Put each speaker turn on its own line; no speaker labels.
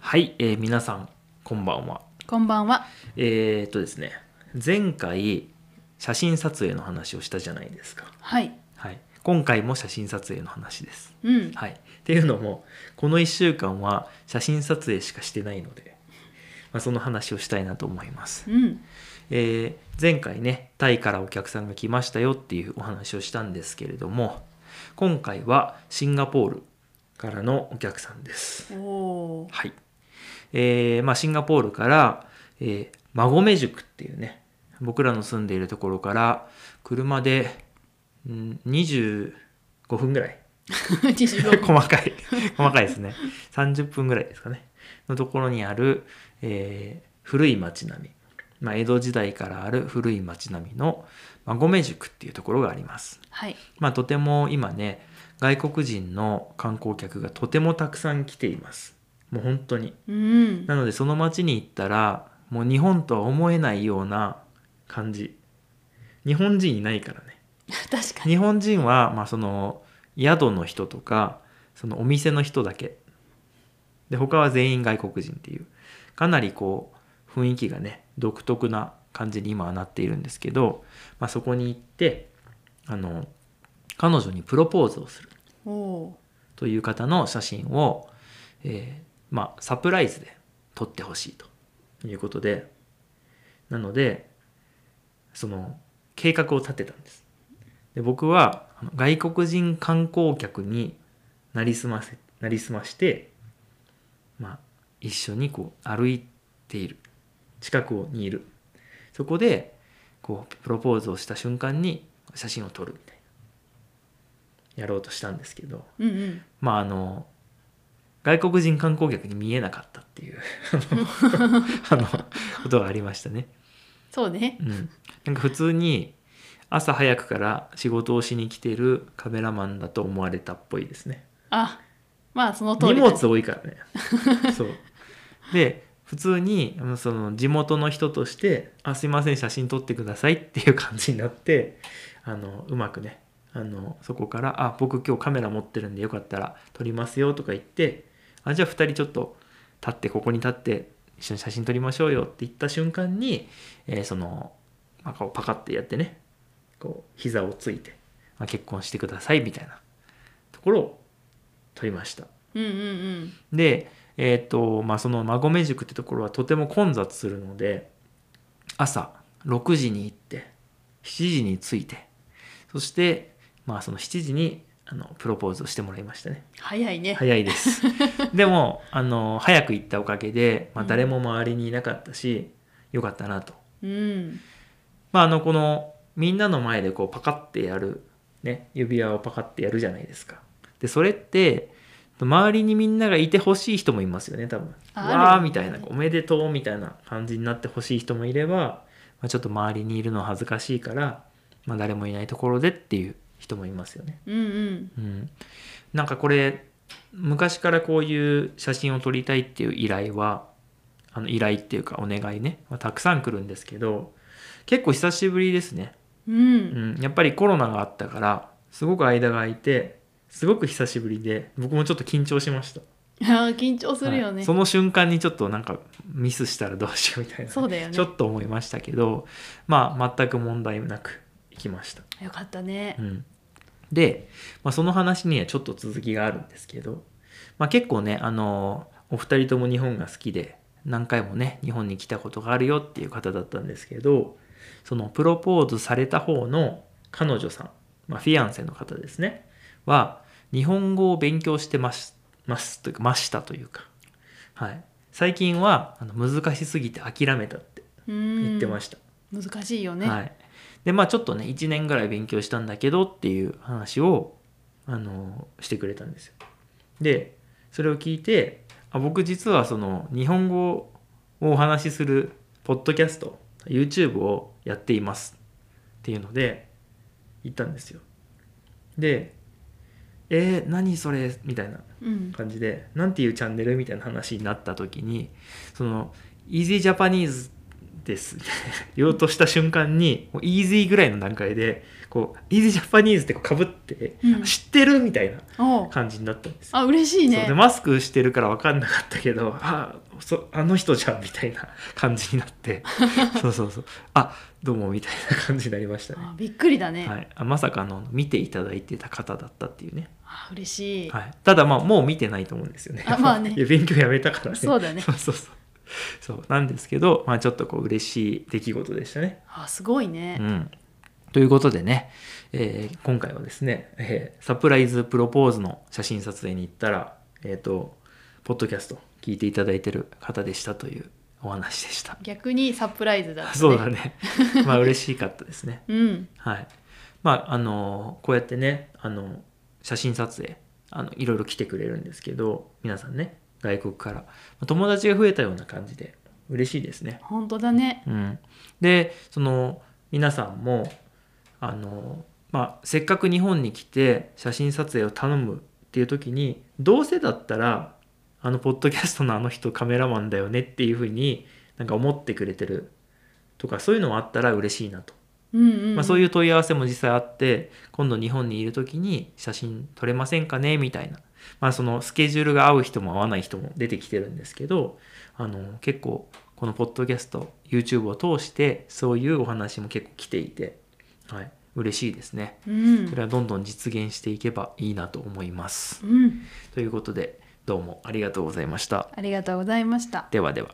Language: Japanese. はい、えー皆さんこんばんは
こんばんは。
えー、っとですね前回写真撮影の話をしたじゃないですか
はい。
はい今回も写真撮影の話です
うん。
はいっていうのもこの1週間は写真撮影しかしてないので、まあ、その話をしたいなと思います
うん。
えー前回ねタイからお客さんが来ましたよっていうお話をしたんですけれども今回はシンガポールからのお客さんです
おお。
はいえーまあ、シンガポールから、えー、馬込塾っていうね僕らの住んでいるところから車でん25分ぐらい
日常。
細かい 細かいですね30分ぐらいですかねのところにある、えー古い町並み、まあ、江戸時代からある古い町並みの馬込塾っていうところがあります
はい。
まあとても今ね外国人の観光客がとてもたくさん来ていますもう本当に
うん。
なのでその町に行ったらもう日本とは思えないような感じ日本人いないからね
確かに。
日本人はまあその宿の人とかそのお店の人だけで他は全員外国人っていうかなりこう雰囲気がね独特な感じに今はなっているんですけど、まあ、そこに行ってあの彼女にプロポーズをする
おお
という方の写真を、えーまあ、サプライズで撮ってほしいということでなのでその計画を立てたんですで僕はあの外国人観光客になりすませなりすまして、まあ、一緒にこう歩いている近くにいるそこでこうプロポーズをした瞬間に写真を撮るみたいなやろうとしたんですけど、
ー。うんうん。
まああの外国人観光客に見えなかったっていうあのことがありましたね。
そうね
う。ん、なんか普通に朝早くから仕事をしに来てるカメラマンだと思われたっぽいですね。
あ。まあ、その通
荷
り。
物。多いからね。 そうで普通にあのその地元の人として「あすいません写真撮ってください」っていう感じになってあのうまくねあのそこから「あ僕今日カメラ持ってるんでよかったら撮りますよ」とか言って「あじゃあ2人ちょっと立ってここに立って一緒に写真撮りましょうよ」って言った瞬間に、えーその、まあ、こうパカッてやってねこう膝をついて、まあ、結婚してくださいみたいなところを撮りました。
うんうんうん。
で、えーっとまあ、その馬込塾ってところはとても混雑するので朝6時に行って7時に着いてそして、まあ、その7時にあのプロポーズをしてもらいましたね
早いね。
早いですでもあの早く行ったおかげで、まあ、誰も周りにいなかったし、よかったなと
うん。
まあ、あのこのみんなの前でこうパカッてやる、ね、指輪をパカッてやるじゃないですかでそれって周りにみんながいてほしい人もいますよね多分
あ
わ
あ
ー
る
みたいなおめでとうみたいな感じになってほしい人もいれば、まあ、ちょっと周りにいるの恥ずかしいから、まあ、誰もいないところでっていう人もいますよね、
うんうん。
うん、なんかこれ昔からこういう写真を撮りたいっていう依頼はあの依頼っていうかお願いね、まあたくさん来るんですけど結構久しぶりですね
う。
うんん、やっぱりコロナがあったからすごく間が空いてすごく久しぶりで僕もちょっと緊張しました
あー緊張するよ
は
ね。
いその瞬間にちょっとなんかミスしたらどうしようみたいな
そうだよね
ちょ。っと思いましたけどまあ全く問題なくいきました、
よかったね
う。ん、で、まあ、その話にはちょっと続きがあるんですけど、まあ、結構ねあのお二人とも日本が好きで何回もね日本に来たことがあるよっていう方だったんですけどそのプロポーズされた方の彼女さん、まあ、フィアンセの方ですねは日本語を勉強してますますというかましたというか、はい、最近はあの難しすぎて諦めたって
うん。
言ってました、
た。難しいよね。
はい、でまあちょっとね1年ぐらい勉強したんだけどっていう話を、あのしてくれたんですよでそれを聞いてあ僕実はその日本語をお話しするポッドキャスト YouTube をやっていますっていうので行ったんですよでえー、何それみたいな
うん。
感じでなんていうチャンネルみたいな話になった時にその「イージージ ャパニーズです」言おうとした瞬間にもうイージーぐらいの段階でこう「イージージャパニーズ」ってかぶって、
うん
知ってるみたいな
おう
感じになったんですよ
あ嬉しい
そう
ね
でマスクしてるから分かんなかったけどあそあの人じゃんみたいな感じになって そうそうそうあどうもみたいな感じになりましたね、
あびっくりだね、
はい、あまさかの見ていただいてた方だったっていうね、
あ嬉しい、
はい、ただまあもう見てないと思うんですよね
あまあね
いや勉強やめたからね
そうだね
そうそうそうそうなんですけど、まあ、ちょっとこう嬉しい出来事でしたね
あすごいね、
うん、ということでね、えー今回はですね、えーサプライズプロポーズの写真撮影に行ったら、えっとポッドキャスト聞いていただいてる方でしたというお話でした。
逆にサプライズだった、ね、
そうだね。まあ嬉しかったですね。
うん
はい。まああのこうやってね、あの写真撮影あのいろいろ来てくれるんですけど、皆さんね外国からまあ友達が増えたような感じで嬉しいですね。
本当だね
うん、でその皆さんもあの、まあ、せっかく日本に来て写真撮影を頼むっていう時にどうせだったらあのポッドキャストのあの人カメラマンだよねっていうふうになんか思ってくれてるとかそういうのもあったら嬉しいなと、
うんうん、
まあ、そういうう問い合わせも実際あって今度日本にいる時に写真撮れませんかねみたいな、まあ、そのスケジュールが合う人も合わない人も出てきてるんですけどあの結構このポッドキャスト YouTube を通してそういうお話も結構来ていて、はい、嬉しいですね
うん
それはどんどん実現していけばいいなと思います
うん、
ということでどうもありがとうございました
ありがとうございました
ではでは